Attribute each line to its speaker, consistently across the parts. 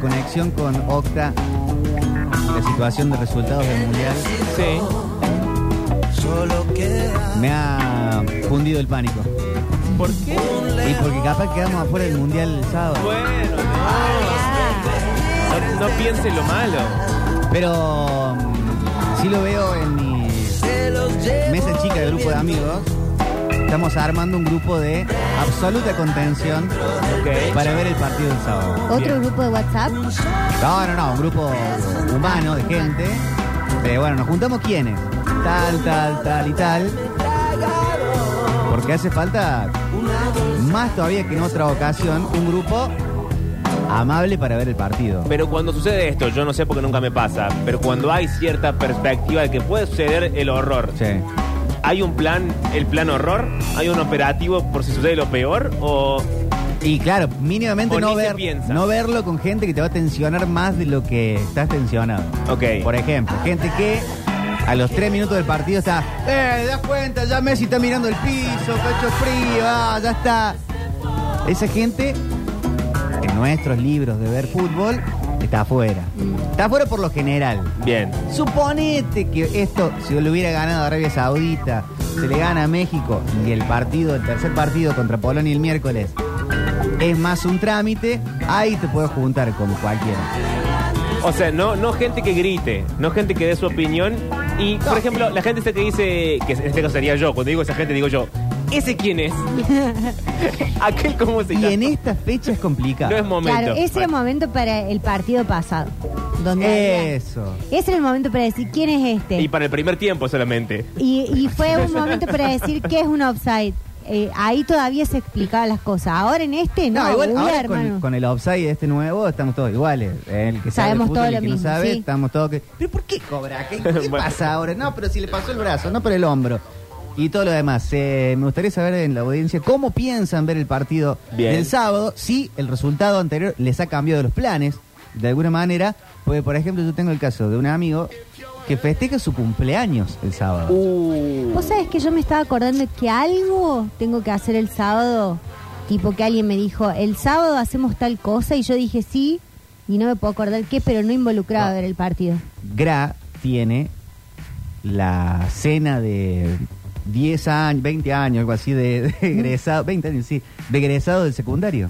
Speaker 1: conexión con Octa la situación de resultados del mundial
Speaker 2: Sí.
Speaker 1: me ha fundido el pánico.
Speaker 2: ¿Por qué?
Speaker 1: Y porque capaz quedamos afuera del mundial el sábado.
Speaker 2: Bueno, no, no, no piense lo malo.
Speaker 1: Pero mm, sí lo veo en mi mesa chica de grupo de amigos. Estamos armando un grupo de absoluta contención
Speaker 2: Ok.
Speaker 1: para ver el partido del sábado.
Speaker 2: Bien.
Speaker 3: Otro grupo de WhatsApp.
Speaker 1: No, no, no, un grupo humano de gente. Pero bueno, nos juntamos quiénes. Tal, tal, tal y tal. Porque hace falta, más todavía que en otra ocasión, un grupo amable para ver el partido.
Speaker 2: Pero cuando sucede esto, yo no sé porque nunca me pasa, pero cuando hay cierta perspectiva de que puede suceder el horror,
Speaker 1: Sí.
Speaker 2: ¿hay un plan, el plan horror? ¿Hay un operativo por si sucede lo peor? ¿O
Speaker 1: Y claro, mínimamente
Speaker 2: O
Speaker 1: no,
Speaker 2: ni se
Speaker 1: ver,
Speaker 2: piensa.
Speaker 1: no verlo con gente que te va a tensionar más de lo que estás tensionado.
Speaker 2: Ok.
Speaker 1: Por ejemplo, gente que a los tres minutos del partido está, eh, das cuenta, ya Messi está mirando el piso, pecho frío, ah, ya está. Esa gente, en nuestros libros de ver fútbol, está afuera. Está afuera por lo general.
Speaker 2: bien?
Speaker 1: Suponete que esto, si lo hubiera ganado Arabia Saudita, se le gana a México y el partido, el tercer partido contra Polonia el miércoles, es más un trámite, ahí te puedes juntar con cualquiera.
Speaker 2: O sea, no, no gente que grite, no gente que dé su opinión. Y, por ejemplo, la gente esa que dice, que en este caso sería yo, cuando digo esa gente digo yo, ¿ese quién es? ¿Aquel cómo se
Speaker 1: Y en
Speaker 2: llama?
Speaker 1: esta fecha es
Speaker 2: No es
Speaker 1: complicado.
Speaker 2: momento.
Speaker 3: Claro, ese era el
Speaker 2: Bueno.
Speaker 3: momento para el partido pasado. Donde había-
Speaker 1: Eso.
Speaker 3: Ese era el momento para decir quién es este.
Speaker 2: Y para el primer tiempo solamente.
Speaker 3: Y, y fue un momento para decir qué es un offside. Eh, ahí todavía se explicaban las cosas. Ahora en este, no,
Speaker 1: No, igual
Speaker 3: googleá,
Speaker 1: ahora
Speaker 3: hermano.
Speaker 1: con, con el offside de este nuevo estamos todos iguales. El que sabe de
Speaker 3: Sabemos
Speaker 1: fútbol
Speaker 3: todo
Speaker 1: y el
Speaker 3: lo
Speaker 1: que
Speaker 3: mismo,
Speaker 1: no sabe,
Speaker 3: sí.
Speaker 1: estamos todos que. ¿Pero por qué cobra? ¿Qué, qué
Speaker 2: Bueno.
Speaker 1: pasa ahora? No, pero si le pasó el brazo, no por el hombro. Y todo lo demás. Eh, me gustaría saber en la audiencia cómo piensan ver el partido
Speaker 2: Bien.
Speaker 1: del sábado, si el resultado anterior les ha cambiado los planes de alguna manera. Porque, por ejemplo, yo tengo el caso de un amigo que festeja su cumpleaños el sábado.
Speaker 2: Uh.
Speaker 3: Vos sabés que yo me estaba acordando que algo tengo que hacer el sábado, tipo que alguien me dijo, el sábado hacemos tal cosa y yo dije sí, y no me puedo acordar qué, pero no involucraba
Speaker 1: No.
Speaker 3: a ver el partido.
Speaker 1: Gra tiene la cena de 10 años, 20 años, algo así, de, de egresado, 20 años, sí, de egresado del secundario.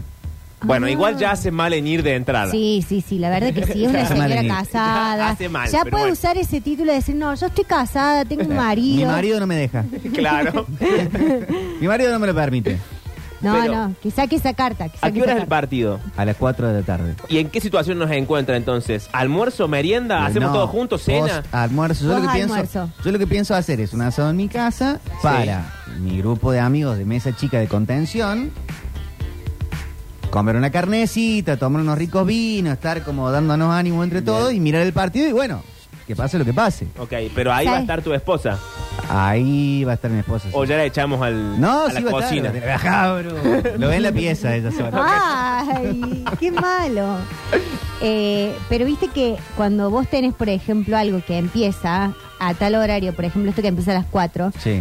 Speaker 2: Bueno,
Speaker 3: Ah.
Speaker 2: igual ya hace mal en ir de entrada.
Speaker 3: Sí, sí, sí, la verdad que sí, es una
Speaker 1: Hace mal
Speaker 3: señora
Speaker 1: en ir.
Speaker 3: casada.
Speaker 2: Hace mal,
Speaker 3: ya
Speaker 2: pero
Speaker 3: puede
Speaker 2: bueno.
Speaker 3: usar ese título de decir, no, yo estoy casada, tengo un marido.
Speaker 1: Mi marido no me deja.
Speaker 2: Claro.
Speaker 1: Mi marido no me lo permite.
Speaker 3: No,
Speaker 2: Pero-
Speaker 3: no, que saque esa carta. Que
Speaker 2: ¿A
Speaker 3: saque
Speaker 2: qué hora
Speaker 3: esa
Speaker 2: es el
Speaker 3: carta.
Speaker 2: partido?
Speaker 1: A las 4 de la tarde.
Speaker 2: ¿Y en qué situación nos encuentra entonces? ¿Almuerzo, merienda? ¿Hacemos
Speaker 1: Eh, No, ah.
Speaker 2: todos juntos? ¿Cena?
Speaker 1: post almuerzo. Yo lo, que
Speaker 3: Post
Speaker 1: pienso,
Speaker 3: almuerzo.
Speaker 1: yo lo que pienso hacer es un asado en mi casa para mi grupo de amigos de mesa chica de contención. Comer una carnecita, tomar unos ricos vinos, estar como dándonos ánimo entre todos y mirar el partido y bueno, que pase lo que pase.
Speaker 2: Ok, pero ahí va a
Speaker 3: ¿Sabes?
Speaker 2: estar tu esposa.
Speaker 1: Ahí va a estar mi esposa. sí.
Speaker 2: O ya la echamos al,
Speaker 1: no,
Speaker 2: a
Speaker 1: sí
Speaker 2: la
Speaker 1: va
Speaker 2: cocina.
Speaker 1: a estar. Cabro. Lo ve en la pieza ella sola.
Speaker 3: Ay, qué malo. Eh, pero viste que cuando vos tenés, por ejemplo, algo que empieza a tal horario, por ejemplo, esto que empieza a las 4,
Speaker 1: Sí.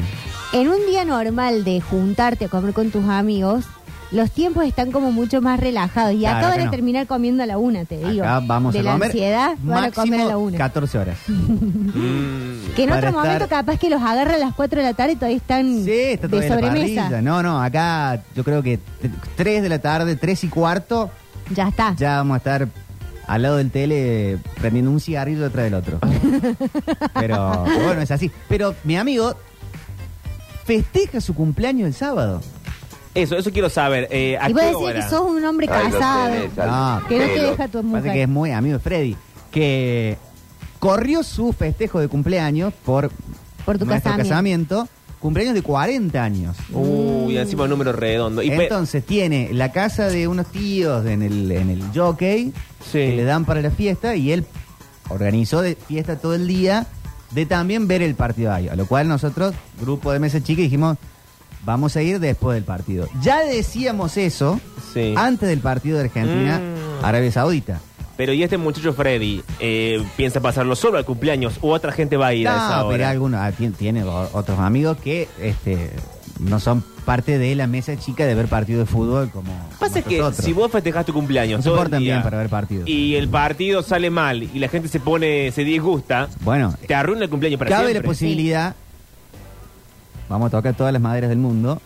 Speaker 3: en un día normal de juntarte a comer con tus amigos, los tiempos están como mucho más relajados. Y
Speaker 1: Claro
Speaker 3: acá van
Speaker 1: que
Speaker 3: a
Speaker 1: no.
Speaker 3: terminar comiendo a la una, te digo.
Speaker 1: Acá vamos
Speaker 3: de
Speaker 1: a
Speaker 3: la
Speaker 1: comer.
Speaker 3: ansiedad, van a
Speaker 1: máximo
Speaker 3: comer a la una.
Speaker 1: 14 horas.
Speaker 2: Mm.
Speaker 3: Que en
Speaker 1: Para
Speaker 3: otro momento
Speaker 1: estar-
Speaker 3: capaz que los agarra a las 4 de la tarde y todavía están
Speaker 1: Sí,
Speaker 3: de
Speaker 1: está todavía la
Speaker 3: sobremesa.
Speaker 1: parrilla. No, no, acá yo creo que 3 de la tarde, 3 y cuarto,
Speaker 3: Ya está.
Speaker 1: ya vamos a estar al lado del tele prendiendo un cigarrillo detrás del otro. Pero bueno, es así. Pero mi amigo festeja su cumpleaños el sábado.
Speaker 2: Eso, eso quiero saber. Eh, ¿A
Speaker 3: Y vos
Speaker 2: qué
Speaker 3: decís que
Speaker 2: hora?
Speaker 3: sos un hombre casado.
Speaker 1: No,
Speaker 3: Que no te deja tu
Speaker 1: Pasa Ah, que
Speaker 3: mujer.
Speaker 1: es muy amigo de Freddy, que corrió su festejo de cumpleaños por,
Speaker 3: Por tu
Speaker 1: nuestro
Speaker 3: casamiento. Mm.
Speaker 1: casamiento, cumpleaños de 40 años.
Speaker 2: Uy, encima un número redondo. Y pe-
Speaker 1: Entonces tiene la casa de unos tíos en el, en el jockey
Speaker 2: Sí.
Speaker 1: que le dan para la fiesta y él organizó de fiesta todo el día de también ver el partido ahí. A lo cual nosotros, grupo de mesa chica, dijimos, vamos a ir después del partido. Ya decíamos eso
Speaker 2: Sí.
Speaker 1: antes del partido de Argentina,
Speaker 2: Mm.
Speaker 1: Arabia Saudita.
Speaker 2: Pero ¿y este muchacho Freddy eh, piensa pasarlo solo al cumpleaños o otra gente va a ir a esa
Speaker 1: No,
Speaker 2: hora?
Speaker 1: pero algunos, ah, tien- tiene o- otros amigos que este, no son parte de la mesa chica de ver partido de fútbol como.
Speaker 2: Pasa
Speaker 1: como
Speaker 2: que
Speaker 1: nosotros.
Speaker 2: si vos festejás tu cumpleaños
Speaker 1: No se
Speaker 2: todo el
Speaker 1: portan
Speaker 2: día
Speaker 1: bien para ver partidos.
Speaker 2: y el partido sale mal y la gente se pone, se disgusta,
Speaker 1: Bueno,
Speaker 2: te arruina el cumpleaños para
Speaker 1: cabe la
Speaker 2: siempre.
Speaker 1: posibilidad, vamos a tocar todas las maderas del mundo,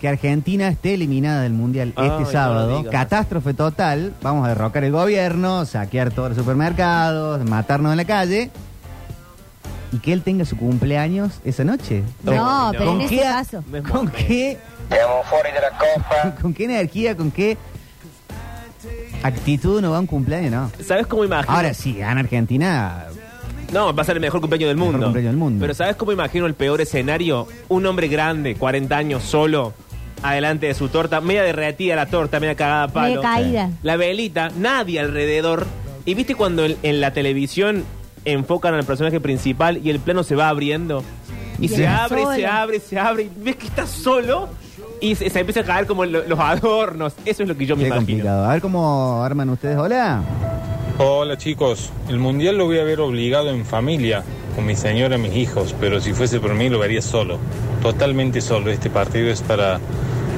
Speaker 1: que Argentina esté eliminada del Mundial
Speaker 2: Ay, no
Speaker 1: este
Speaker 2: lo
Speaker 1: sábado.
Speaker 2: digas.
Speaker 1: Catástrofe total, vamos a derrocar el gobierno, saquear todos los supermercados, matarnos en la calle. Y que él tenga su cumpleaños esa noche.
Speaker 2: No,
Speaker 3: No,
Speaker 2: no.
Speaker 3: pero en
Speaker 1: ¿Con
Speaker 3: ese
Speaker 1: qué,
Speaker 3: caso.
Speaker 2: Me
Speaker 1: ¿Con
Speaker 2: mamé.
Speaker 1: qué
Speaker 4: Siamo fuori dalla coppa.
Speaker 1: ¿Con qué energía, con qué actitud no va a un cumpleaños? No.
Speaker 2: ¿Sabes cómo imagino?
Speaker 1: Ahora sí, gana Argentina.
Speaker 2: No, va a ser el mejor cumpleaños del
Speaker 1: Mejor
Speaker 2: mundo.
Speaker 1: cumpleaños del mundo.
Speaker 2: Pero ¿sabes cómo imagino el peor escenario? Un hombre grande, 40 años, solo, adelante de su torta, media derretida la torta, media cagada a palo.
Speaker 3: Media caída.
Speaker 2: La velita, nadie alrededor. Y viste cuando en, en la televisión enfocan al personaje principal y el plano se va abriendo. Y
Speaker 3: Y
Speaker 2: se
Speaker 3: está
Speaker 2: abre,
Speaker 3: solo.
Speaker 2: se abre, se abre. Y ves que está solo y se, se empieza a caer como lo- los adornos. Eso es lo que yo me
Speaker 1: Qué
Speaker 2: imagino.
Speaker 1: complicado. A ver cómo arman ustedes. Hola.
Speaker 5: Hola chicos, el mundial lo voy a ver obligado en familia, con mi señora y mis hijos, pero si fuese por mí lo vería solo, totalmente solo. Este partido es para,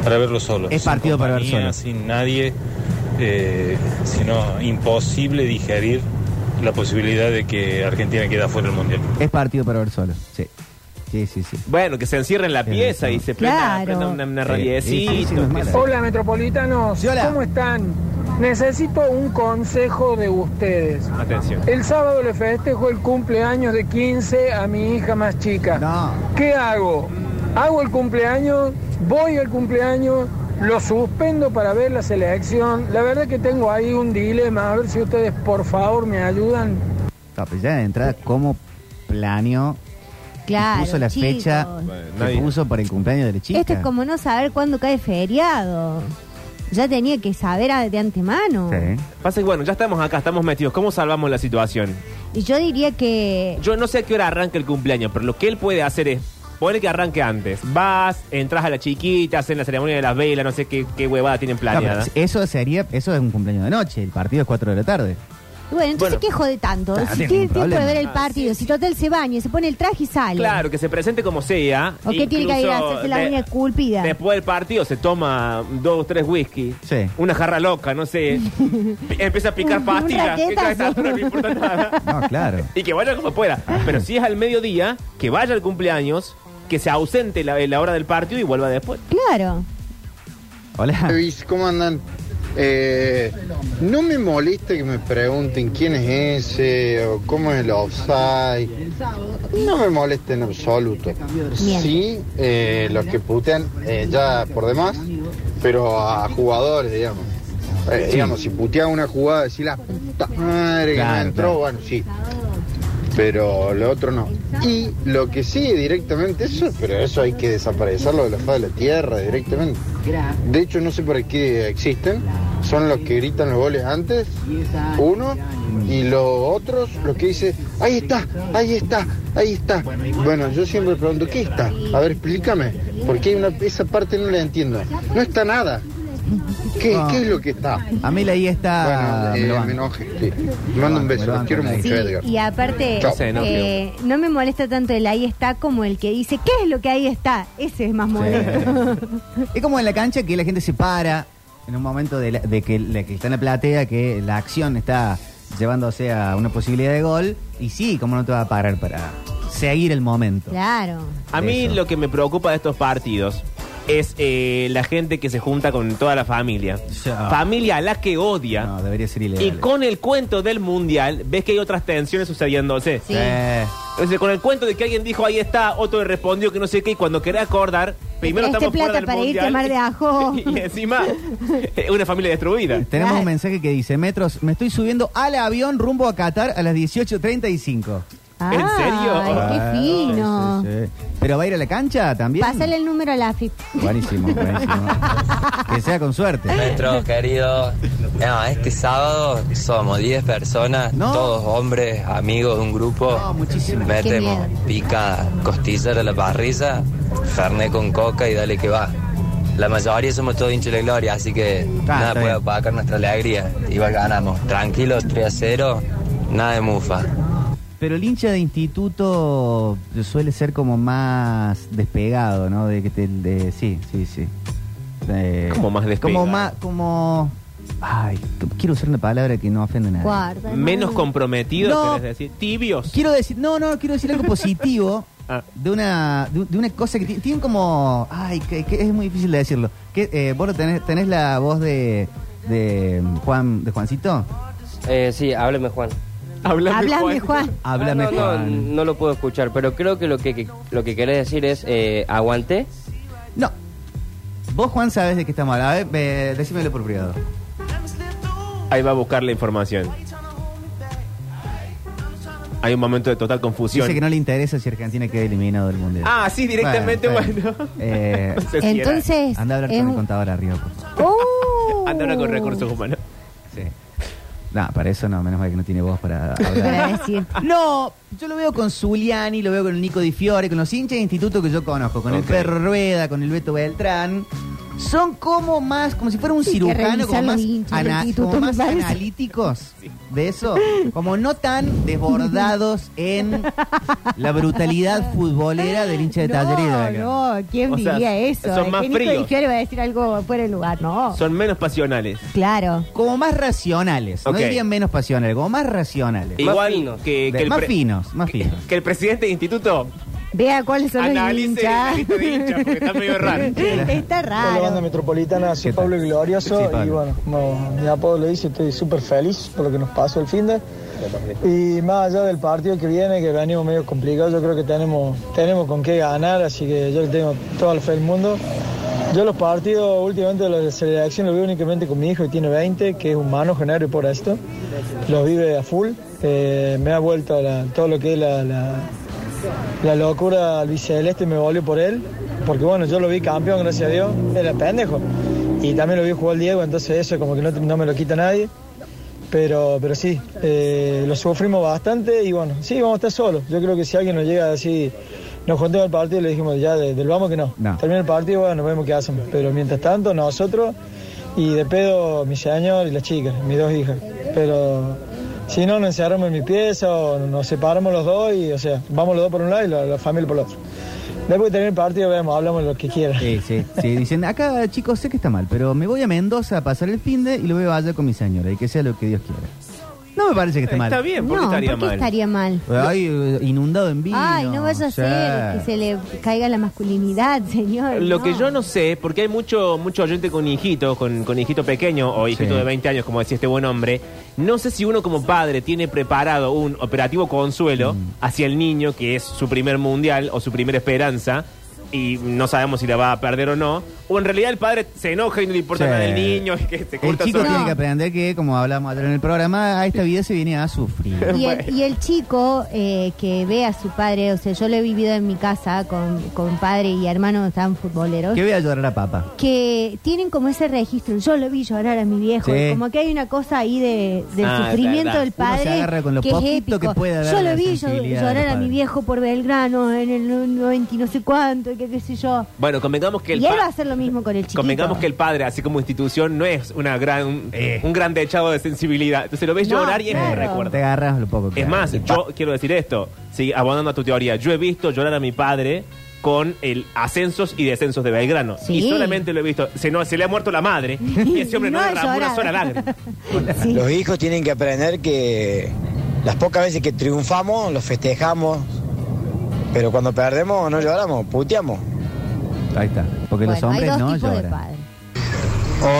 Speaker 5: para verlo solo.
Speaker 1: Es partido para ver solo.
Speaker 5: Sin nadie, eh, sino imposible digerir la posibilidad de que Argentina queda fuera del mundial.
Speaker 1: Es partido para ver solo. Sí. Sí, sí, sí.
Speaker 2: Bueno, que se encierra en la
Speaker 1: Sí,
Speaker 2: pieza
Speaker 1: sí.
Speaker 2: y se prenda,
Speaker 3: Claro.
Speaker 2: prenda una, una
Speaker 1: Sí, sí, sí, sí, no es mala.
Speaker 6: Hola metropolitanos,
Speaker 1: Sí, hola.
Speaker 6: ¿cómo están? Necesito un consejo de ustedes.
Speaker 2: Atención.
Speaker 6: El sábado le festejo el cumpleaños de 15 a mi hija más chica.
Speaker 1: No.
Speaker 6: ¿Qué hago? ¿Hago el cumpleaños? ¿Voy al cumpleaños? ¿Lo suspendo para ver la selección? La verdad que tengo ahí un dilema, a ver si ustedes por favor me ayudan.
Speaker 1: No, pero ya de entrada, ¿cómo planeó?
Speaker 3: Claro.
Speaker 1: Puso la
Speaker 3: chicos.
Speaker 1: fecha.
Speaker 2: Bueno,
Speaker 1: que
Speaker 2: nadie-
Speaker 1: puso para el cumpleaños de la chica.
Speaker 3: Esto es como no saber cuándo cae feriado. Ya tenía que saber a- de antemano.
Speaker 1: Sí.
Speaker 2: Pasa que bueno, ya estamos acá, estamos metidos. ¿Cómo salvamos la situación?
Speaker 3: Y yo diría que
Speaker 2: Yo no sé a qué hora arranca el cumpleaños, pero lo que él puede hacer es poner que arranque antes. Vas, entras a la chiquita, hacen la ceremonia de las velas, no sé qué, qué huevada tienen
Speaker 1: No, pero
Speaker 2: planeada.
Speaker 1: eso sería, eso es un cumpleaños de noche, el partido es 4 de la tarde.
Speaker 3: Bueno, entonces
Speaker 2: Bueno.
Speaker 3: qué jode tanto.
Speaker 1: Ah, no
Speaker 3: si
Speaker 1: tiene
Speaker 3: tiene
Speaker 1: ningún
Speaker 3: tiempo de
Speaker 1: problema.
Speaker 3: ver el partido, si total se baña, se pone el traje y sale.
Speaker 2: Ah, Claro, que se presente como sea.
Speaker 3: ¿O qué tiene que ir a
Speaker 2: Incluso
Speaker 3: hacerse la
Speaker 2: de-
Speaker 3: uña esculpida?
Speaker 2: Después del partido se toma dos, tres whisky,
Speaker 1: Sí.
Speaker 2: una jarra loca, no sé. Pi- Empieza a picar
Speaker 3: Un- un
Speaker 2: pastillas. que ya está,
Speaker 3: raquetazo.
Speaker 2: no le importa nada.
Speaker 1: No, claro.
Speaker 2: Y que vaya como pueda. Pero si es al mediodía, que vaya al cumpleaños, que se ausente la, la hora del partido y vuelva después.
Speaker 3: Claro.
Speaker 1: Hola.
Speaker 7: Luis, ¿cómo andan? Eh, no me molesta que me pregunten quién es ese o cómo es el offside. No me molesta en absoluto. Sí, eh, los que putean eh, ya por demás, pero a jugadores, digamos. Eh, Digamos, si puteaba una jugada, decir la puta madre que
Speaker 1: Claro,
Speaker 7: no entró,
Speaker 1: claro.
Speaker 7: bueno, sí. Pero lo otro no. Y lo que sí directamente, eso, pero eso hay que desaparecerlo de la faz de la tierra directamente. De hecho, no sé para qué existen. Son los que gritan los goles antes, uno, y los otros, los que dicen, ahí está, ahí está, ahí está. Bueno, yo siempre pregunto, ¿qué está? A ver, explícame, porque hay una, esa parte no la entiendo. No está nada. ¿Qué,
Speaker 1: Ah.
Speaker 7: qué es lo que está?
Speaker 1: A mí la I está.
Speaker 7: Bueno, eh,
Speaker 1: Ah, me lo
Speaker 7: me,
Speaker 1: banco.
Speaker 7: enoje. sí. Te mando un beso,
Speaker 1: Me lo
Speaker 7: los quiero
Speaker 1: banco,
Speaker 7: mucho,
Speaker 3: Sí,
Speaker 7: Edgar.
Speaker 3: y aparte,
Speaker 7: Chao.
Speaker 2: Sí, no,
Speaker 3: eh, no me molesta tanto el ahí está como el que dice, ¿qué es lo que ahí está? Ese es más molesto.
Speaker 1: Es como en la cancha que la gente se para en un momento de, la- de que, la que está en la platea, que la acción está llevándose a una posibilidad de gol. Y sí, ¿cómo no te va a parar para seguir el momento?
Speaker 3: claro.
Speaker 2: A mí
Speaker 1: Eso.
Speaker 2: lo que me preocupa de estos partidos es eh, la gente que se junta con toda la familia.
Speaker 1: Ya.
Speaker 2: Familia a la que odia.
Speaker 1: No, debería ser
Speaker 2: y
Speaker 1: ilegal.
Speaker 2: con el cuento del mundial, ves que hay otras tensiones sucediéndose.
Speaker 3: Sí.
Speaker 1: Eh,
Speaker 2: O sea, con el cuento de que alguien dijo ahí está, otro le respondió que no sé qué, y cuando querés acordar, primero
Speaker 3: Este
Speaker 2: estamos fuera
Speaker 3: plata
Speaker 2: del
Speaker 3: para irte
Speaker 2: mundial.
Speaker 3: a Mar de Ajo.
Speaker 2: y encima, eh, una familia destruida.
Speaker 1: tenemos
Speaker 3: Claro.
Speaker 1: un mensaje que dice, Metros, me estoy subiendo al avión rumbo a Qatar a las 18.35.
Speaker 2: ¿En serio?
Speaker 3: Ay,
Speaker 1: Ah,
Speaker 3: qué fino.
Speaker 1: sí, sí. ¿Pero va a ir a la cancha también?
Speaker 3: Pásale el número a la AFIP.
Speaker 1: Buenísimo, buenísimo. que sea con suerte.
Speaker 8: Nuestro querido, no, este sábado somos 10 personas,
Speaker 1: No.
Speaker 8: todos hombres, amigos de un grupo.
Speaker 1: No, muchísimo.
Speaker 8: Metemos
Speaker 3: Qué
Speaker 8: pica, costilla de la parrilla, fernet con coca y dale que va. La mayoría somos todos hinchas de la gloria, así que
Speaker 1: Ah,
Speaker 8: nada
Speaker 1: está
Speaker 8: puede
Speaker 1: bien.
Speaker 8: opacar nuestra alegría. Igual ganamos. Tranquilos, 3 a 0, nada de mufa.
Speaker 1: Pero el hincha de instituto suele ser como más despegado, ¿no? De que te, de- sí, sí, sí. Eh,
Speaker 2: ¿Cómo más despegado?
Speaker 1: Como más, como... Ay, quiero usar una palabra que no ofenda a nadie.
Speaker 3: Guarda.
Speaker 2: Menos
Speaker 3: no.
Speaker 2: comprometido,
Speaker 1: No.
Speaker 2: querés decir. Tibios.
Speaker 1: Quiero decir, no, no, quiero decir algo positivo
Speaker 2: Ah.
Speaker 1: de una de, de una cosa que ti- tienen como, ay, que, que es muy difícil de decirlo. Que eh, vos lo tenés, tenés la voz de de mm, Juan de Juancito,
Speaker 9: Eh, sí, hábleme Juan.
Speaker 3: Hablame, Juan.
Speaker 1: háblame
Speaker 9: Ah, no, no,
Speaker 1: Juan.
Speaker 9: no lo puedo escuchar, pero creo que lo que, que- lo que querés decir es eh, aguanté.
Speaker 1: No. Vos Juan sabés de qué estamos hablando. A ver, eh, decímelo por privado.
Speaker 2: Ahí va a buscar la información. Hay un momento de total confusión.
Speaker 1: Dice que no le interesa si Argentina queda eliminado del mundial.
Speaker 2: Ah, sí, directamente, bueno.
Speaker 1: Eh,
Speaker 2: No sé si era.
Speaker 3: Entonces.
Speaker 1: anda a hablar
Speaker 3: es
Speaker 1: con el
Speaker 3: un-
Speaker 1: contador arriba, por favor.
Speaker 3: ¡Oh!
Speaker 2: Anda ahora con recursos humanos.
Speaker 1: Sí. No, para eso no, menos mal que no tiene voz para
Speaker 3: Para
Speaker 1: hablar.
Speaker 3: decir.
Speaker 1: No, yo lo veo con Zuliani, lo veo con el Nico Di Fiore, con los hinchas de instituto que yo conozco, con el
Speaker 2: Ok.
Speaker 1: Perro Rueda, con el Beto Beltrán. Son como más, como si fuera un
Speaker 3: Sí, que
Speaker 1: cirujano,
Speaker 3: revisar
Speaker 1: como
Speaker 3: los
Speaker 1: más,
Speaker 3: hinchas del
Speaker 1: ana-
Speaker 3: instituto,
Speaker 1: como
Speaker 3: me
Speaker 1: más
Speaker 3: parece.
Speaker 1: analíticos de eso. Como no tan desbordados en la brutalidad futbolera del hincha de Talleres. de acá.
Speaker 3: No, no, ¿quién
Speaker 2: O sea,
Speaker 3: diría eso?
Speaker 2: son más
Speaker 3: ¿Qué Nico
Speaker 2: fríos.
Speaker 3: Dijera va a decir algo fuera de lugar, no.
Speaker 2: Son menos pasionales.
Speaker 3: Claro.
Speaker 1: Como más racionales,
Speaker 2: Ok.
Speaker 1: no dirían menos pasionales, como más racionales.
Speaker 9: Y-
Speaker 2: Igual
Speaker 9: finos.
Speaker 2: que, que
Speaker 1: De-
Speaker 2: el
Speaker 1: más
Speaker 2: pre-
Speaker 1: finos, más
Speaker 2: que,
Speaker 1: finos.
Speaker 2: que el presidente de instituto
Speaker 3: Vea cuáles son los
Speaker 2: analice la
Speaker 3: hinchas.
Speaker 2: lista de hinchas, porque está medio raro.
Speaker 3: Está
Speaker 10: Hola, banda
Speaker 3: raro.
Speaker 10: metropolitana, soy
Speaker 1: ¿Qué tal?
Speaker 10: Pablo Glorioso
Speaker 1: Sí, Pablo.
Speaker 10: y bueno, como mi apodo lo dice, estoy súper feliz por lo que nos pasó el fin de. Y más allá del partido que viene, que venimos medio complicados, yo creo que tenemos, tenemos con qué ganar, así que yo le tengo toda la fe del mundo. Yo los partidos últimamente de la selección los veo únicamente con mi hijo que tiene 20, que es humano, Genaro, por esto. Los vive a full. Eh, me ha vuelto la- todo lo que es la- la, la locura al Celeste me volvió por él, porque bueno, yo lo vi campeón, gracias a Dios, era pendejo. Y también lo vi jugar Diego, entonces eso como que no, no me lo quita nadie. Pero, pero sí, eh, lo sufrimos bastante y bueno, sí, vamos a estar solos. Yo creo que si alguien nos llega así, nos juntamos al partido y le dijimos ya de- del vamos que no.
Speaker 1: No.
Speaker 10: Termina el partido, bueno, vemos qué hacemos. Pero mientras tanto, nosotros y de pedo mi señor y las chicas, mis dos hijas. Pero si no, nos encerramos en mi pieza o nos separamos los dos y, o sea, vamos los dos por un lado y la, la familia por el otro. Después de terminar el partido, vemos, hablamos lo que quieran.
Speaker 1: Sí, sí, sí. Dicen, acá chicos, sé que está mal, pero me voy a Mendoza a pasar el fin de y lo veo allá con mi señora y que sea lo que Dios quiera. No me parece que esté mal.
Speaker 2: Está bien, porque
Speaker 3: no,
Speaker 2: estaría
Speaker 3: ¿por qué
Speaker 2: mal.
Speaker 3: estaría mal?
Speaker 1: Ay, eh, inundado en vino.
Speaker 3: Ay, no vaya a
Speaker 1: Sí.
Speaker 3: ser que se le caiga la masculinidad, señor.
Speaker 2: Lo
Speaker 3: no.
Speaker 2: que yo no sé, porque hay mucho, mucho oyente con hijitos, con, con hijito pequeño o hijito
Speaker 1: Sí.
Speaker 2: de 20 años, como decía este buen hombre, no sé si uno como padre tiene preparado un operativo consuelo
Speaker 1: Mm.
Speaker 2: hacia el niño, que es su primer mundial o su primera esperanza, y no sabemos si la va a perder o no, o en realidad el padre se enoja y no le importa
Speaker 1: Sí.
Speaker 2: nada del niño, y que se
Speaker 1: El
Speaker 2: corta
Speaker 1: chico
Speaker 2: solo.
Speaker 1: tiene que aprender que, como hablamos atrás en el programa, a esta vida se viene a sufrir.
Speaker 3: Y el, y el chico eh, que ve a su padre, o sea, yo lo he vivido en mi casa con, con padre y hermano tan futboleros,
Speaker 1: Que voy a llorar a papá.
Speaker 3: que tienen como ese registro. Yo lo vi llorar a mi viejo,
Speaker 1: Sí.
Speaker 3: como que hay una cosa ahí de, del
Speaker 2: Ah, es
Speaker 3: sufrimiento
Speaker 2: verdad.
Speaker 3: del
Speaker 1: Uno se
Speaker 3: padre.
Speaker 1: agarra con lo
Speaker 3: que es
Speaker 1: poquito que
Speaker 3: épico.
Speaker 1: pueda dar
Speaker 3: Yo
Speaker 1: la
Speaker 3: lo vi yo-
Speaker 1: sensibilidad del
Speaker 3: llorar a
Speaker 1: padre.
Speaker 3: mi viejo por Belgrano en el 90 y no sé cuánto, y que qué sé yo.
Speaker 2: Bueno, convengamos que el
Speaker 3: Y él
Speaker 2: pa-
Speaker 3: va a hacer lo mismo con el chiquito.
Speaker 2: Convengamos que el padre, así como institución, no es una gran, un, un gran techado de sensibilidad. Entonces lo ves
Speaker 3: No,
Speaker 2: llorar y es un
Speaker 3: claro.
Speaker 2: recuerdo.
Speaker 1: Te agarras lo poco que
Speaker 2: Es más,
Speaker 1: hay.
Speaker 2: yo quiero decir esto, sí, abonando a tu teoría, yo he visto llorar a mi padre con el ascensos y descensos de Belgrano.
Speaker 3: Sí.
Speaker 2: Y solamente lo he visto, se, no, se le ha muerto la madre y ese hombre no,
Speaker 3: No ha
Speaker 2: derramó una
Speaker 3: llorado.
Speaker 2: sola lágrima.
Speaker 3: Sí.
Speaker 11: Los hijos tienen que aprender que las pocas veces que triunfamos, los festejamos, pero cuando perdemos no lloramos, puteamos.
Speaker 1: Ahí está. Porque los
Speaker 3: Bueno, hay dos
Speaker 1: hombres no
Speaker 3: tipos de
Speaker 1: lloran.
Speaker 3: padres.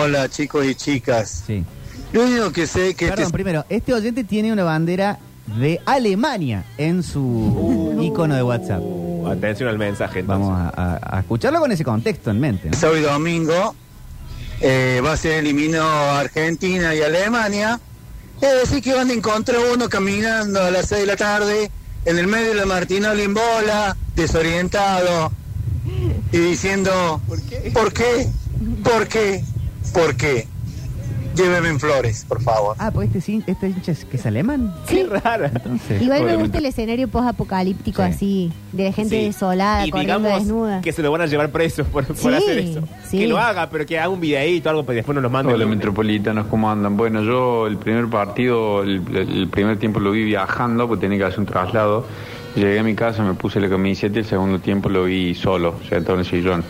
Speaker 11: Hola chicos y chicas.
Speaker 1: Sí.
Speaker 11: Lo único que sé es que
Speaker 1: Perdón, primero, este oyente tiene una bandera de Alemania en
Speaker 2: Uh.
Speaker 1: su icono de WhatsApp.
Speaker 2: Atención al mensaje. entonces.
Speaker 1: Vamos a, a- a escucharlo con ese contexto en mente. ¿no?
Speaker 11: hoy domingo eh, va a ser eliminado Argentina y Alemania. Es decir, que van a encontrar uno caminando a las 6 de la tarde en el medio de la Martina Limbola, desorientado y diciendo: ¿Por qué? ¿Por qué? ¿Por qué? ¿Por qué? lléveme en flores, por favor.
Speaker 1: Ah, pues este, sí- este hincha es que es alemán.
Speaker 3: Sí.
Speaker 1: Qué rara. Entonces,
Speaker 3: Igual me
Speaker 2: Obviamente.
Speaker 3: gusta el escenario post-apocalíptico así, de la gente
Speaker 2: Sí.
Speaker 3: desolada,
Speaker 2: y
Speaker 3: corriendo
Speaker 2: digamos
Speaker 3: desnuda.
Speaker 2: que se lo van a llevar presos por, por
Speaker 3: Sí,
Speaker 2: hacer eso.
Speaker 3: sí.
Speaker 2: Que lo haga, pero que haga un videíto o algo, pero después no lo mande.
Speaker 12: Hola metropolitanos, ¿cómo andan? Bueno, yo el primer partido, el, el primer tiempo lo vi viajando porque tenía que hacer un traslado. Llegué a mi casa, me puse la camiseta y el segundo tiempo lo vi solo, sentado en el sillón.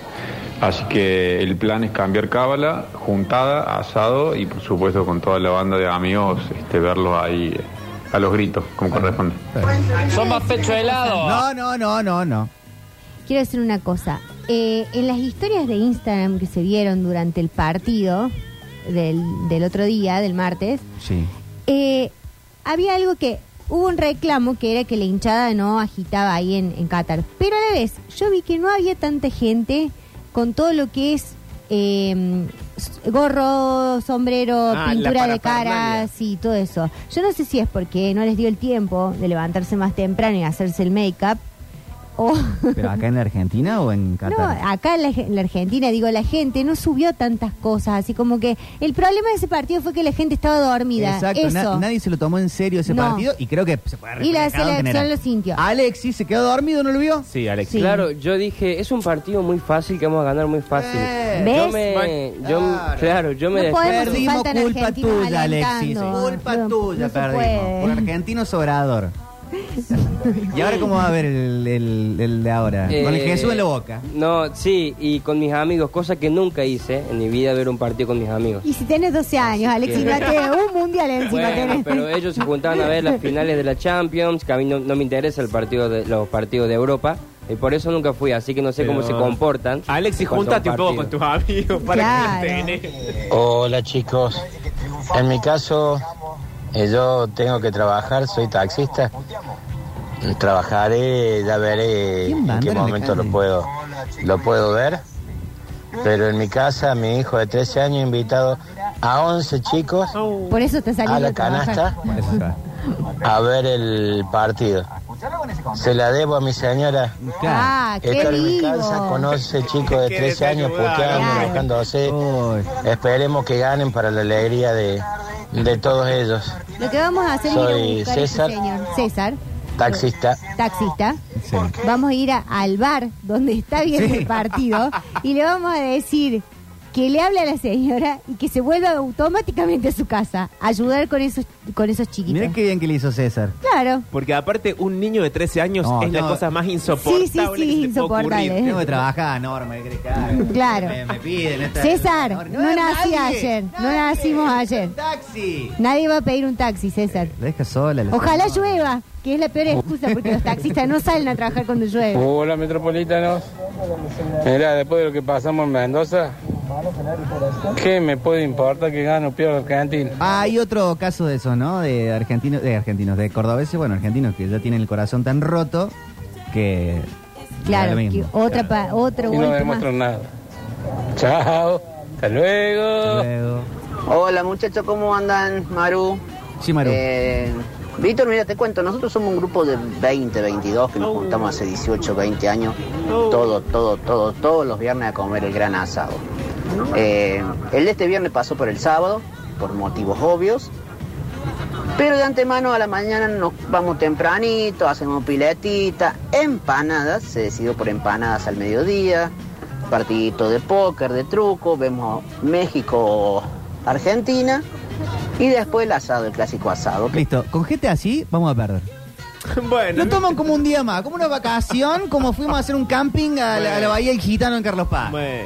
Speaker 12: Así que el plan es cambiar cábala, juntada, asado y por supuesto con toda la banda de amigos este, verlos ahí eh, a los gritos, como corresponde.
Speaker 3: Son más
Speaker 1: pecho
Speaker 3: helado.
Speaker 1: No, no, no, no, no.
Speaker 3: Quiero decir una cosa. Eh, en las historias de Instagram que se vieron durante el partido del, del otro día, del martes,
Speaker 1: Sí.
Speaker 3: eh, había algo que hubo un reclamo que era que la hinchada no agitaba ahí en, en Qatar. Pero a la vez, yo vi que no había tanta gente con todo lo que es eh, s- gorro, sombrero,
Speaker 13: Ah, la
Speaker 3: pintura de
Speaker 13: parafernalia.
Speaker 3: caras y todo eso. Yo no sé si es porque no les dio el tiempo de levantarse más temprano y hacerse el make-up. O
Speaker 1: ¿Pero acá en la Argentina o en
Speaker 3: no,
Speaker 1: Qatar?
Speaker 3: acá en la, en la Argentina, digo, la gente no subió tantas cosas, así como que el problema de ese partido fue que la gente estaba dormida.
Speaker 1: Exacto, na-
Speaker 3: Eso.
Speaker 1: nadie se lo tomó en serio ese
Speaker 3: No.
Speaker 1: partido y creo que se puede
Speaker 3: y la
Speaker 1: reflejar en
Speaker 3: selección
Speaker 1: general.
Speaker 3: lo sintió.
Speaker 1: Alexis se quedó dormido, ¿no lo vio?
Speaker 2: Sí, Alexis.
Speaker 3: Sí.
Speaker 9: Claro, yo dije, es un partido muy fácil que vamos a ganar muy fácil.
Speaker 3: Eh. ¿Ves?
Speaker 9: Yo me, yo, claro. yo me
Speaker 3: No
Speaker 9: desperté-
Speaker 3: podemos
Speaker 1: Perdimos
Speaker 3: faltan
Speaker 1: culpa
Speaker 3: argentinos
Speaker 1: tuya, Alexis.
Speaker 3: alentando.
Speaker 1: Culpa
Speaker 3: No,
Speaker 1: tuya
Speaker 3: no se
Speaker 1: perdimos.
Speaker 3: puede.
Speaker 1: Por argentino sobrador. ¿Y ahora cómo va a ver el, el- el de ahora? Con el
Speaker 9: Eh,
Speaker 1: Jesús en la boca.
Speaker 9: No, sí, y con mis amigos, cosa que nunca hice en mi vida, ver un partido con mis amigos.
Speaker 3: Y si tenés 12 años, Alexis,
Speaker 9: que-
Speaker 3: no tenés un mundial encima
Speaker 9: Bueno,
Speaker 3: tenés.
Speaker 9: pero ellos se juntaban a ver las finales de la Champions, que a mí no, no me interesa el partido de, los partidos de Europa, y por eso nunca fui, así que no sé cómo se
Speaker 2: Pero-
Speaker 9: comportan.
Speaker 2: Alexis,
Speaker 9: cuando
Speaker 2: juntate un
Speaker 9: partido.
Speaker 2: poco con tus amigos para
Speaker 9: Claro.
Speaker 2: que te den-
Speaker 14: Hola chicos, en mi caso eh, yo tengo que trabajar, soy taxista, trabajaré, ya veré
Speaker 1: ¿Quién va a
Speaker 14: en qué
Speaker 1: andar en la
Speaker 14: momento lo
Speaker 1: calle?
Speaker 14: puedo, lo puedo ver, pero en mi casa mi hijo de 13 años ha invitado a 11 chicos
Speaker 3: Por eso te salió
Speaker 14: a la canasta a ver el partido. Se la debo a mi señora.
Speaker 3: Ah, qué
Speaker 14: Estar en mi
Speaker 3: vivo.
Speaker 14: casa con 11 chicos de
Speaker 3: Qué
Speaker 14: 13 años
Speaker 3: desayunada.
Speaker 14: puteando,
Speaker 3: Claro.
Speaker 14: dejándose. Esperemos que ganen para la alegría de, de todos ellos.
Speaker 3: Lo que vamos a hacer es ir a
Speaker 14: Soy
Speaker 3: buscar a este
Speaker 14: César.
Speaker 3: señor. César.
Speaker 14: Taxista.
Speaker 3: taxista. Vamos a ir a- al bar donde está viendo el partido y le vamos a decir que le hable a la señora y que se vuelva automáticamente a su casa a ayudar con esos, con esos chiquitos.
Speaker 1: Mirá qué bien que le hizo César.
Speaker 3: Claro.
Speaker 2: Porque aparte, un niño de 13 años
Speaker 1: No,
Speaker 2: es la
Speaker 1: no.
Speaker 2: cosa más insoportable
Speaker 3: Sí, eh. sí, sí,
Speaker 2: que se te puede
Speaker 3: insoportable.
Speaker 2: ocurrir.
Speaker 1: Tengo que trabajar, Norma, ¿qué crees que haga?
Speaker 3: Claro.
Speaker 1: Me, me piden esta-
Speaker 3: César, no,
Speaker 1: hay
Speaker 3: nací
Speaker 1: nadie.
Speaker 3: ayer, no nacimos ayer.
Speaker 1: ¡Taxi!
Speaker 3: Nadie va a pedir un taxi, César.
Speaker 1: La deja sola. la-
Speaker 3: Ojalá llueva, que es la peor excusa porque los taxistas no salen a trabajar cuando
Speaker 1: Oh,
Speaker 3: llueve.
Speaker 15: Hola metropolitanos. Mira, después de lo que pasamos en Mendoza, ¿qué me puede importar que gane o pierda Argentina?
Speaker 1: Ah, hay otro caso de eso, ¿no? De argentinos, de argentinos, de cordobeses, bueno, argentinos que ya tienen el corazón tan roto que...
Speaker 3: Claro,
Speaker 1: da lo
Speaker 3: que
Speaker 1: mismo.
Speaker 3: otra pa- otro
Speaker 15: Y no
Speaker 3: golpe más.
Speaker 15: demuestran nada. Chao, hasta luego.
Speaker 16: Hola muchachos, ¿cómo andan? Maru.
Speaker 1: Sí, Maru.
Speaker 16: Eh, Víctor, mira, te cuento, nosotros somos un grupo de 20, 22 que nos juntamos hace 18, 20 años, todo, todo, todo, todos los viernes a comer el gran asado. Eh, el de este viernes pasó por el sábado, por motivos obvios, pero de antemano a la mañana nos vamos tempranito, hacemos piletita, empanadas, se decidió por empanadas al mediodía, partidito de póker, de truco, vemos México, Argentina y después el asado, el clásico asado. que
Speaker 1: Listo, con gente así vamos a perder.
Speaker 2: Bueno.
Speaker 1: Lo toman como un día más, como una vacación, como fuimos a hacer un camping a, la, a la Bahía del Gitano en Carlos Paz.
Speaker 2: Bueno.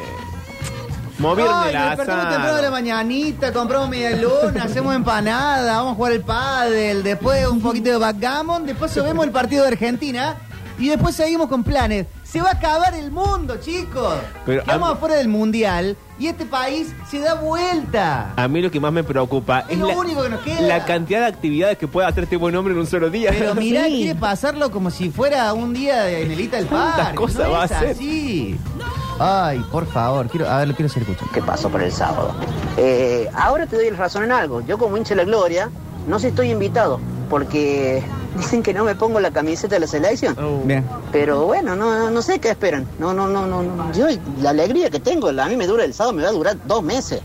Speaker 2: Moviendo
Speaker 1: Ay,
Speaker 2: el
Speaker 1: nos despertamos temprano de la
Speaker 2: asado.
Speaker 1: mañanita, compramos media luna, hacemos empanada, vamos a jugar el pádel, después un poquito de backgammon, después vemos el partido de Argentina y después seguimos con planes. Se va a acabar el mundo, chicos.
Speaker 2: Pero
Speaker 1: Estamos
Speaker 2: am-
Speaker 1: afuera del mundial y este país se da vuelta.
Speaker 2: A mí lo que más me preocupa es,
Speaker 1: Es lo
Speaker 2: la,
Speaker 1: único que nos queda.
Speaker 2: la cantidad de actividades que puede hacer este buen hombre en un solo día.
Speaker 1: Pero mirá,
Speaker 2: Sí.
Speaker 1: quiere pasarlo como si fuera un día de Nelita el
Speaker 2: ¿Cuántas
Speaker 1: Parque.
Speaker 2: cosas
Speaker 1: no
Speaker 2: va a
Speaker 1: es
Speaker 2: hacer?
Speaker 1: así. Ay, por favor, quiero, a ver, lo quiero ser escuchado.
Speaker 16: ¿Qué pasó por el sábado? Eh, ahora te doy la razón en algo. Yo como hincha de la gloria, no sé si estoy invitado, porque dicen que no me pongo la camiseta de la selección.
Speaker 1: Bien.
Speaker 16: Pero bueno, no, no, no sé qué esperan. No, no, no, no, no. Yo la alegría que tengo, la- a mí me dura el sábado, me va a durar dos meses.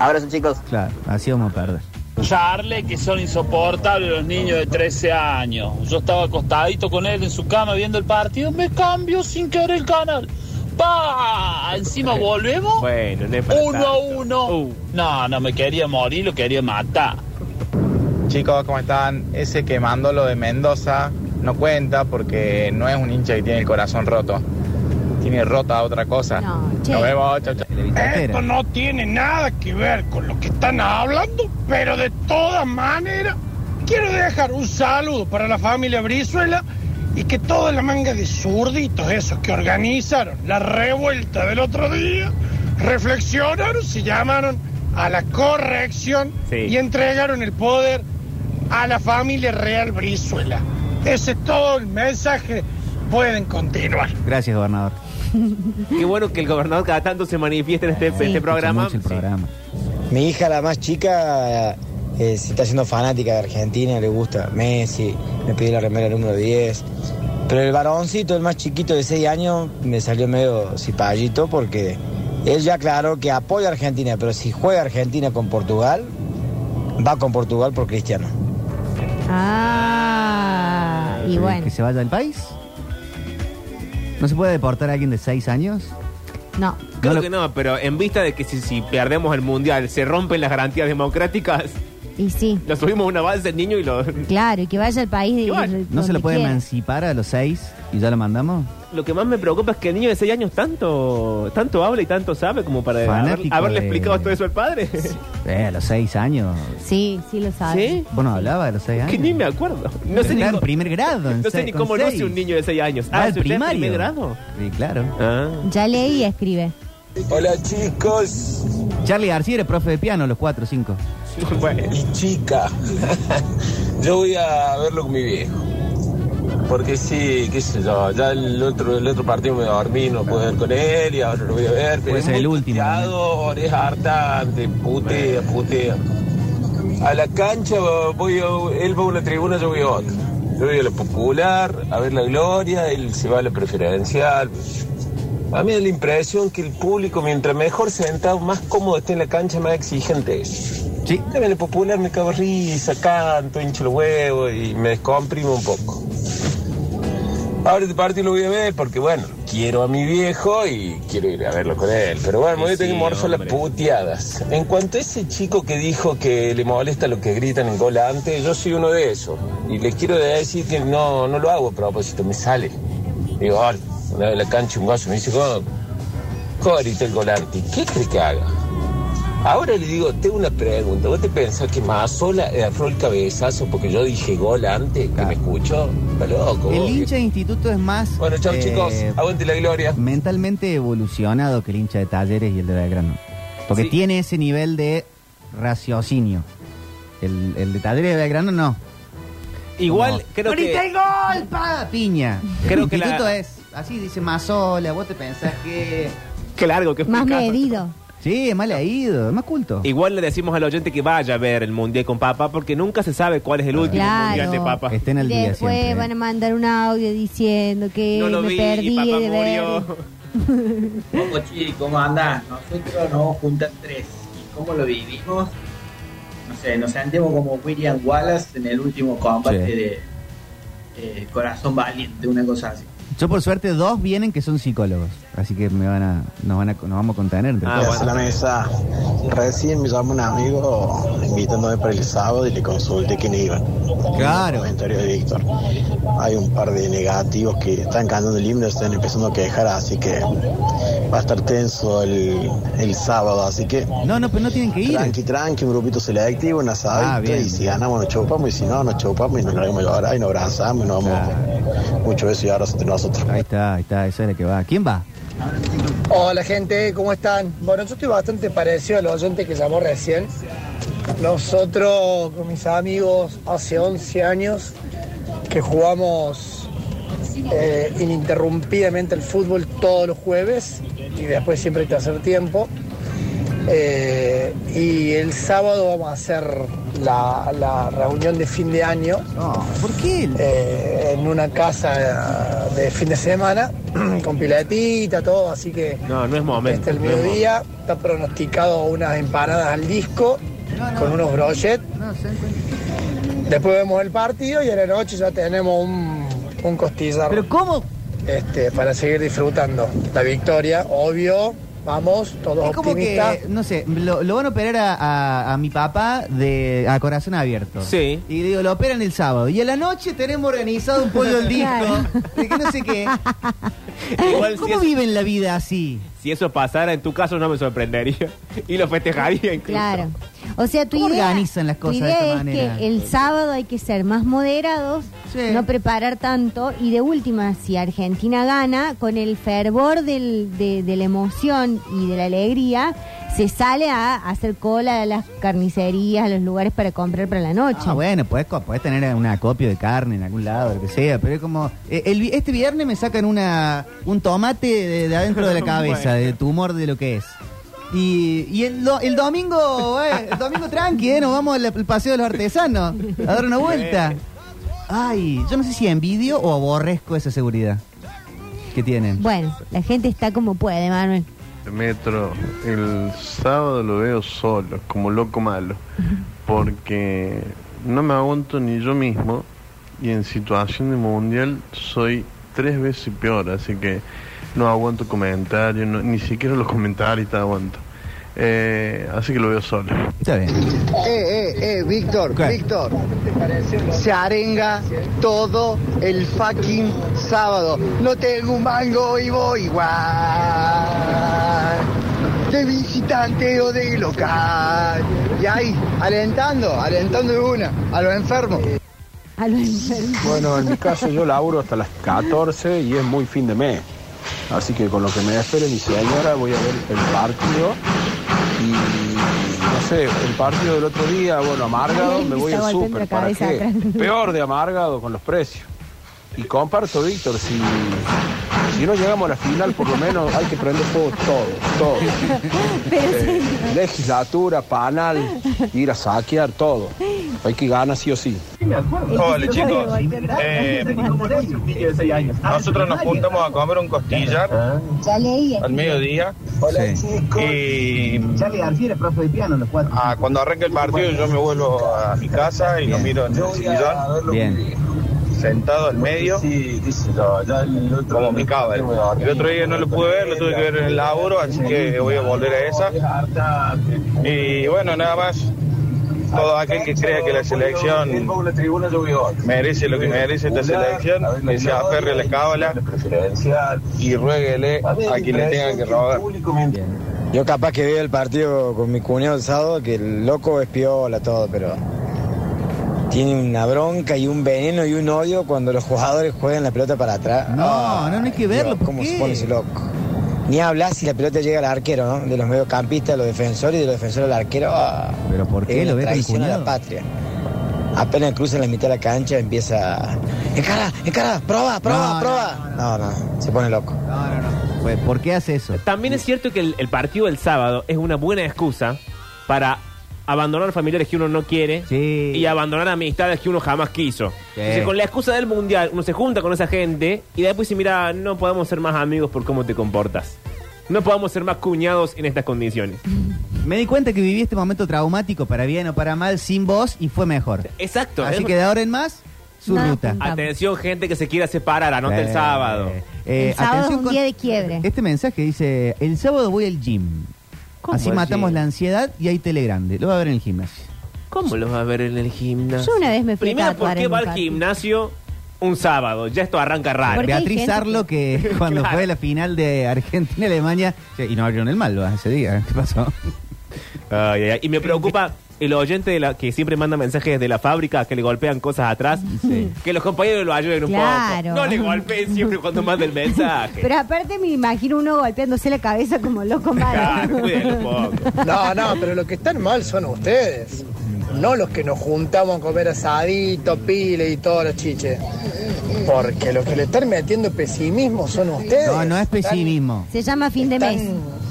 Speaker 16: Abrazos, chicos.
Speaker 1: Claro, así vamos a perder.
Speaker 13: Charle, que son insoportables los niños de 13 años. Yo estaba acostadito con él en su cama viendo el partido, me cambio sin querer el canal. ¡Pa! Encima volvemos.
Speaker 2: Bueno, no es para
Speaker 13: Uno a
Speaker 2: tanto.
Speaker 13: uno.
Speaker 17: Uh.
Speaker 13: No, no me quería morir, lo quería matar.
Speaker 18: Chicos, ¿cómo están? Ese quemándolo de Mendoza no cuenta porque no es un hincha que tiene el corazón roto. Tiene rota otra cosa.
Speaker 3: No, che.
Speaker 18: Nos vemos, chao, chao.
Speaker 19: Esto no tiene nada que ver con lo que están hablando, pero de todas maneras quiero dejar un saludo para la familia Brizuela y que toda la manga de zurditos esos que organizaron la revuelta del otro día reflexionaron, se llamaron a la corrección y entregaron el poder a la familia real Brizuela. Ese es todo el mensaje. Pueden continuar.
Speaker 1: Gracias, gobernador.
Speaker 2: Qué bueno que el gobernador cada tanto se manifiesta en este, este programa.
Speaker 1: Mucho el programa.
Speaker 20: Mi hija, la más chica, eh, se está haciendo fanática de Argentina, le gusta Messi, me pidió la remera número 10. Pero el varoncito, el más chiquito de 6 años, me salió medio cipallito porque él ya aclaró que apoya a Argentina, pero si juega Argentina con Portugal, va con Portugal por Cristiano.
Speaker 3: Ah, y bueno,
Speaker 1: ¿Que se vaya del país? ¿No se puede deportar a alguien de 6 años?
Speaker 3: no.
Speaker 2: Creo que no, pero en vista de que si, si perdemos el mundial se rompen las garantías democráticas,
Speaker 3: Y sí,
Speaker 2: lo subimos a una balsa el niño y lo.
Speaker 3: claro, y que vaya al país de.
Speaker 1: ¿No se
Speaker 3: donde
Speaker 1: lo puede
Speaker 3: quiera.
Speaker 1: emancipar a los 6 y ya lo mandamos?
Speaker 2: Lo que más me preocupa es que el niño de 6 años tanto, tanto habla y tanto sabe como para haber-
Speaker 1: Fanático
Speaker 2: haberle
Speaker 1: de-
Speaker 2: explicado todo eso al padre.
Speaker 1: Eh, a los 6 años.
Speaker 3: Sí, sí lo sabe.
Speaker 2: ¿Sí?
Speaker 1: Bueno, hablaba de los 6
Speaker 2: Que
Speaker 1: años.
Speaker 2: ni me acuerdo. No sé ni
Speaker 1: Está en
Speaker 2: cómo-
Speaker 1: primer grado. en
Speaker 2: No sé
Speaker 1: seis-
Speaker 2: ni
Speaker 1: con
Speaker 2: cómo nace
Speaker 1: seis.
Speaker 2: un niño de 6 años. Ah,
Speaker 1: Va al
Speaker 2: ¿se usted es
Speaker 1: primario.
Speaker 2: primer grado? Ah.
Speaker 1: Sí, claro.
Speaker 3: Ya leí y escribe.
Speaker 1: Hola, chicos. Charlie García era profe de piano, los 4 o 5.
Speaker 17: Y chica. yo voy a verlo con mi viejo. Porque sí, qué sé yo, ya el otro, el otro partido me dormí, no pude ver con él y ahora lo voy a ver.
Speaker 1: Puede ser
Speaker 21: Pues
Speaker 17: Pero es
Speaker 1: Pues el
Speaker 17: muy
Speaker 1: último,
Speaker 17: puteador, es hartante, putea, putea. A la cancha voy a- él va a una tribuna, yo voy a otra. Yo voy a la popular, a ver la gloria, él se va a la preferencial. A mí me da la impresión que el público, mientras mejor sentado, más cómodo esté en la cancha, más exigente es.
Speaker 1: Sí.
Speaker 17: En el popular me cago risa, canto, hincho el huevo y me descomprimo un poco. Ahora este partido lo voy a ver porque, bueno, quiero a mi viejo y quiero ir a verlo con él. Pero bueno, me voy a tener que morfar las puteadas. En cuanto a ese chico que dijo que le molesta lo que gritan en gol antes, yo soy uno de esos. Y les quiero decir que no, no lo hago a propósito, me sale. Digo, ahora, una vez en la cancha un gozo me dice, ¿cómo, cómo grita el gol antes? ¿Qué crees que haga? Ahora le digo, tengo una pregunta. ¿Vos te pensás que Mazola afró el cabezazo porque yo dije gol antes que me escuchó? Está loco.
Speaker 1: El
Speaker 17: vos,
Speaker 1: hincha de instituto es más. eh,
Speaker 17: Bueno, chau, chicos. Aguante la gloria.
Speaker 1: Mentalmente evolucionado que el hincha de talleres y el de Belgrano. Porque
Speaker 17: Sí.
Speaker 1: tiene ese nivel de raciocinio. El, el de talleres de Belgrano no.
Speaker 2: Igual
Speaker 1: Como,
Speaker 2: creo
Speaker 1: "Grita
Speaker 2: que.
Speaker 1: el gol, pa, piña!
Speaker 2: Creo
Speaker 1: el
Speaker 2: que la-
Speaker 1: instituto es. Así dice Mazola, vos te pensás que.
Speaker 2: Qué largo, qué
Speaker 3: Más
Speaker 2: picado.
Speaker 3: medido.
Speaker 1: Sí, es mal leído, es más culto.
Speaker 2: Igual le decimos al oyente que vaya a ver el mundial con papá porque nunca se sabe cuál es el último
Speaker 3: Claro.
Speaker 2: mundial de papá.
Speaker 1: Estén al
Speaker 3: Y
Speaker 1: día
Speaker 3: después
Speaker 1: siempre.
Speaker 3: van a mandar un audio diciendo que
Speaker 2: No lo
Speaker 3: me
Speaker 2: vi,
Speaker 3: perdí
Speaker 2: papá
Speaker 3: de ver.
Speaker 2: murió.
Speaker 22: Poco chi, ¿cómo andás? Nosotros nos juntan tres. ¿Y cómo lo vivimos? No sé, nos sentimos como William Wallace en el último combate
Speaker 1: Sí.
Speaker 22: de eh, Corazón Valiente, una cosa así.
Speaker 1: Yo por suerte dos vienen que son psicólogos, así que me van a, nos van a, nos vamos a contener. entre
Speaker 23: Ah,
Speaker 1: todos.
Speaker 23: la mesa. Recién me llamó un amigo invitándome para el sábado y le consulté quién iba.
Speaker 1: Claro.
Speaker 23: Comentario de Víctor. Hay un par de negativos que están cantando el himno, están empezando a quejar, así que va a estar tenso el, el sábado, así que.
Speaker 1: No, no, pero no tienen que ir.
Speaker 23: Tranqui, tranqui, un grupito selectivo, una
Speaker 1: Ah,
Speaker 23: asadito,
Speaker 1: bien.
Speaker 23: y si ganamos nos chupamos, y si no, nos chupamos y nos largamos a llorar y nos abrazamos y nos vamos mucho beso y abrazo entre nosotros.
Speaker 1: Ahí está, ahí está, esa es la que va. ¿Quién va?
Speaker 24: Hola gente, ¿cómo están? Bueno, yo estoy bastante parecido al oyente que llamó recién. Nosotros con mis amigos hace 11 años que jugamos eh, ininterrumpidamente el fútbol todos los jueves y después siempre hay que hacer tiempo. Eh, y el sábado vamos a hacer la, la reunión de fin de año.
Speaker 1: Ah,
Speaker 24: eh,
Speaker 1: ¿Por qué?
Speaker 24: en una casa de fin de semana,
Speaker 1: eh.
Speaker 24: con piletita, todo, así que
Speaker 2: No, no es momento.
Speaker 24: hasta Este el
Speaker 2: no es
Speaker 24: mediodía está pronosticado unas empanadas al disco con unos brochets. Después vemos el partido y a la noche ya tenemos un, un costillar. ¿Pero
Speaker 1: cómo?
Speaker 24: Este, para seguir disfrutando la victoria, obvio. Vamos, todos
Speaker 1: Es como
Speaker 24: optimistas.
Speaker 1: que, no sé, lo, lo van a operar a, a- a mi papá de, a corazón abierto.
Speaker 2: Sí.
Speaker 1: Y digo, lo operan el sábado. Y a la noche tenemos organizado un pollo al disco.
Speaker 3: Claro.
Speaker 1: De que no sé qué.
Speaker 2: Igual si
Speaker 1: ¿Cómo
Speaker 2: es-
Speaker 1: viven la vida así?
Speaker 2: Si eso pasara en tu caso, no me sorprendería. Y lo festejaría incluso.
Speaker 3: Claro. O sea, tu
Speaker 1: ¿Cómo
Speaker 3: idea,
Speaker 1: organizan las
Speaker 3: tu
Speaker 1: cosas de
Speaker 3: idea
Speaker 1: esa
Speaker 3: es
Speaker 1: manera?
Speaker 3: que el sábado hay que ser más moderados, no preparar tanto y de última, si Argentina gana, con el fervor del- de, de la emoción y de la alegría, se sale a hacer cola a las carnicerías, a los lugares para comprar para la noche.
Speaker 1: Ah, bueno, puedes tener un acopio de carne en algún lado, lo que sea, pero es como. eh, el vi- este viernes me sacan una un tomate de, de adentro de la cabeza, de tumor de lo que es. Y, y el, do- el domingo, eh, el domingo tranqui, eh, nos vamos al, al paseo de los artesanos a dar una vuelta. Ay, yo no sé si envidio o aborrezco esa seguridad que tienen.
Speaker 3: Bueno, la gente está como puede, Manuel.
Speaker 4: Metro, el sábado lo veo solo, como loco malo, porque no me aguanto ni yo mismo y en situación de mundial soy tres veces peor, así que no aguanto comentarios, no- ni siquiera los comentarios te aguanto. Eh, así que lo veo solo.
Speaker 1: Está bien.
Speaker 5: Eh, eh, eh, Víctor,
Speaker 4: ¿Qué?
Speaker 5: Víctor. Se arenga todo el fucking sábado. No tengo un mango y voy igual. De visitante o de local. Y ahí, alentando, alentando de una, a los enfermos.
Speaker 3: A los enfermos.
Speaker 5: Bueno,
Speaker 21: en mi caso yo laburo hasta las 14 y es muy fin de mes. Así que con lo que me espere mi señora voy a ver el partido y no sé, el partido del otro día, bueno, amargado, me voy
Speaker 5: Está
Speaker 21: al
Speaker 5: golpeando
Speaker 21: súper,
Speaker 5: la
Speaker 21: ¿para
Speaker 5: cabeza
Speaker 21: qué?
Speaker 5: atrás.
Speaker 21: Peor de amargado con los precios. Y comparto, Víctor, si, si no llegamos a la final, por lo menos hay que prender fuego todo, todo. Eh, legislatura, panal, ir a saquear, todo. Hay que ganar sí o sí.
Speaker 17: Hola chicos, Eh, nosotros nos juntamos a comer un costillar al mediodía y ah, cuando arranca el partido yo me vuelvo a mi casa y lo miro en el sillón sentado al medio como mi cábala. El otro día no lo pude ver, lo tuve que ver en el laburo, así que voy a volver a esa. Y bueno, nada más. Todo aquel que crea que la selección merece lo que merece esta selección, que se aferre a la cábala y ruéguele a quien le tengan que robar.
Speaker 20: Yo capaz que veo el partido con mi cuñado el sábado, que el loco es piola todo, pero tiene una bronca y un veneno y un odio cuando los jugadores juegan la pelota para atrás. Ah,
Speaker 1: No, no, no hay que verlo, ¿por
Speaker 20: ¿Cómo
Speaker 1: qué?
Speaker 20: se pone ese loco? Ni hablar si la pelota llega al arquero, ¿no? De los mediocampistas, a los defensores y de los defensores al arquero. ah,
Speaker 1: Pero ¿por qué
Speaker 20: es
Speaker 1: lo ves
Speaker 20: una
Speaker 1: con
Speaker 20: traición a la
Speaker 1: cuidado?
Speaker 20: patria. Apenas cruzan la mitad de la cancha empieza. a- ¡Encara, encara! ¡Proba, proba,
Speaker 1: No,
Speaker 20: proba! No no, se pone loco.
Speaker 1: No, no, no. Pues, ¿Por qué hace eso?
Speaker 2: También es cierto que el, el partido del sábado es una buena excusa para abandonar familiares que uno no quiere y abandonar amistades que uno jamás quiso.
Speaker 1: Eh.
Speaker 2: Entonces, con la excusa del mundial, uno se junta con esa gente y después dice, mira, no podemos ser más amigos por cómo te comportas. No podemos ser más cuñados en estas condiciones.
Speaker 1: Me di cuenta que viví este momento traumático, para bien o para mal, sin vos y fue mejor.
Speaker 2: Exacto.
Speaker 1: Así
Speaker 2: es-
Speaker 1: que de ahora en más, su ruta.
Speaker 2: Atención, gente que se quiera separar, anota el
Speaker 1: Eh,
Speaker 2: sábado.
Speaker 1: eh,
Speaker 3: el sábado es
Speaker 1: atención
Speaker 3: un
Speaker 1: con-
Speaker 3: día de quiebre.
Speaker 1: Este mensaje dice, el sábado voy al gym.
Speaker 2: ¿Cómo
Speaker 1: Así
Speaker 2: al
Speaker 1: matamos
Speaker 2: gym?
Speaker 1: la ansiedad y hay tele grande. Lo va a ver en el gimnasio.
Speaker 2: ¿Cómo los va a ver en el gimnasio?
Speaker 3: Yo una vez me fui a
Speaker 2: Primero, ¿por
Speaker 3: tatuar
Speaker 2: qué
Speaker 3: en
Speaker 2: va
Speaker 3: un
Speaker 2: al
Speaker 3: parque.
Speaker 2: gimnasio un sábado? Ya esto arranca raro.
Speaker 1: Beatriz Arlo, que cuando
Speaker 2: Ah, Claro.
Speaker 1: fue la final de Argentina-Alemania, che, y no abrieron el Malva ese día. ¿eh? ¿Qué pasó?
Speaker 2: Ay, ay, ay. Y me preocupa el oyente de la, que siempre manda mensajes de la fábrica que le golpean cosas atrás. Que los compañeros lo ayuden un
Speaker 3: Claro.
Speaker 2: poco. No le golpeen siempre cuando manda el mensaje.
Speaker 3: Pero aparte me imagino uno golpeándose la cabeza como loco
Speaker 2: Claro,
Speaker 3: malo.
Speaker 2: cuídenlo un poco.
Speaker 24: No, no, pero los que están mal son ustedes. No los que nos juntamos a comer asadito, pile y todos los chiches. Porque lo que le están metiendo pesimismo son ustedes.
Speaker 1: No, no es pesimismo.
Speaker 3: Se llama fin de mes.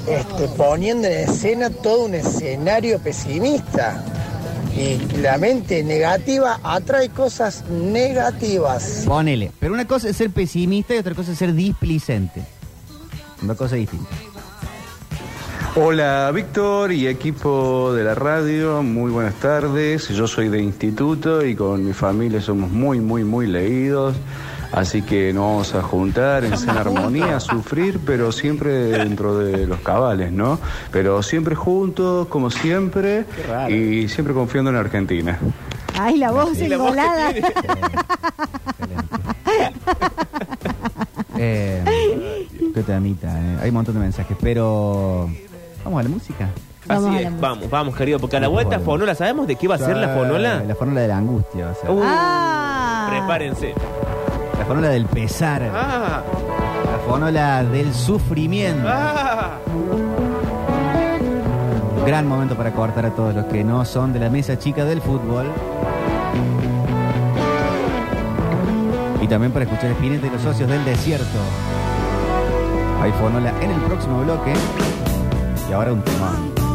Speaker 24: este, poniendo en escena todo un escenario pesimista. Y la mente negativa atrae cosas negativas.
Speaker 1: Ponele. Pero una cosa es ser pesimista y otra cosa es ser displicente. Dos cosas distintas.
Speaker 25: Hola Víctor y equipo de la radio, muy buenas tardes. Yo soy de instituto y con mi familia somos muy, muy, muy leídos. Así que nos vamos a juntar en sana armonía, a sufrir, pero siempre dentro de los cabales, ¿no? Pero siempre juntos, como siempre, y siempre confiando en Argentina.
Speaker 3: Ay, la voz
Speaker 1: Sí, la voz que
Speaker 3: engolada.
Speaker 1: tiene. Eh, qué temita, eh. Hay un montón de mensajes, pero. Vamos a la música.
Speaker 2: Así es, vamos, vamos, querido, porque a la vuelta Fonola, ¿sabemos de qué va a ser la Fonola?
Speaker 1: La fonola de la angustia va a ser.
Speaker 2: Uh,
Speaker 3: Ah.
Speaker 2: Prepárense.
Speaker 1: La fonola del pesar.
Speaker 2: Ah.
Speaker 1: La fonola del sufrimiento.
Speaker 2: Ah.
Speaker 1: Gran momento para cortar a todos los que no son de la mesa chica del fútbol. Y también para escuchar Espinete y los socios del desierto. Hay fonola en el próximo bloque. Y ahora un tema.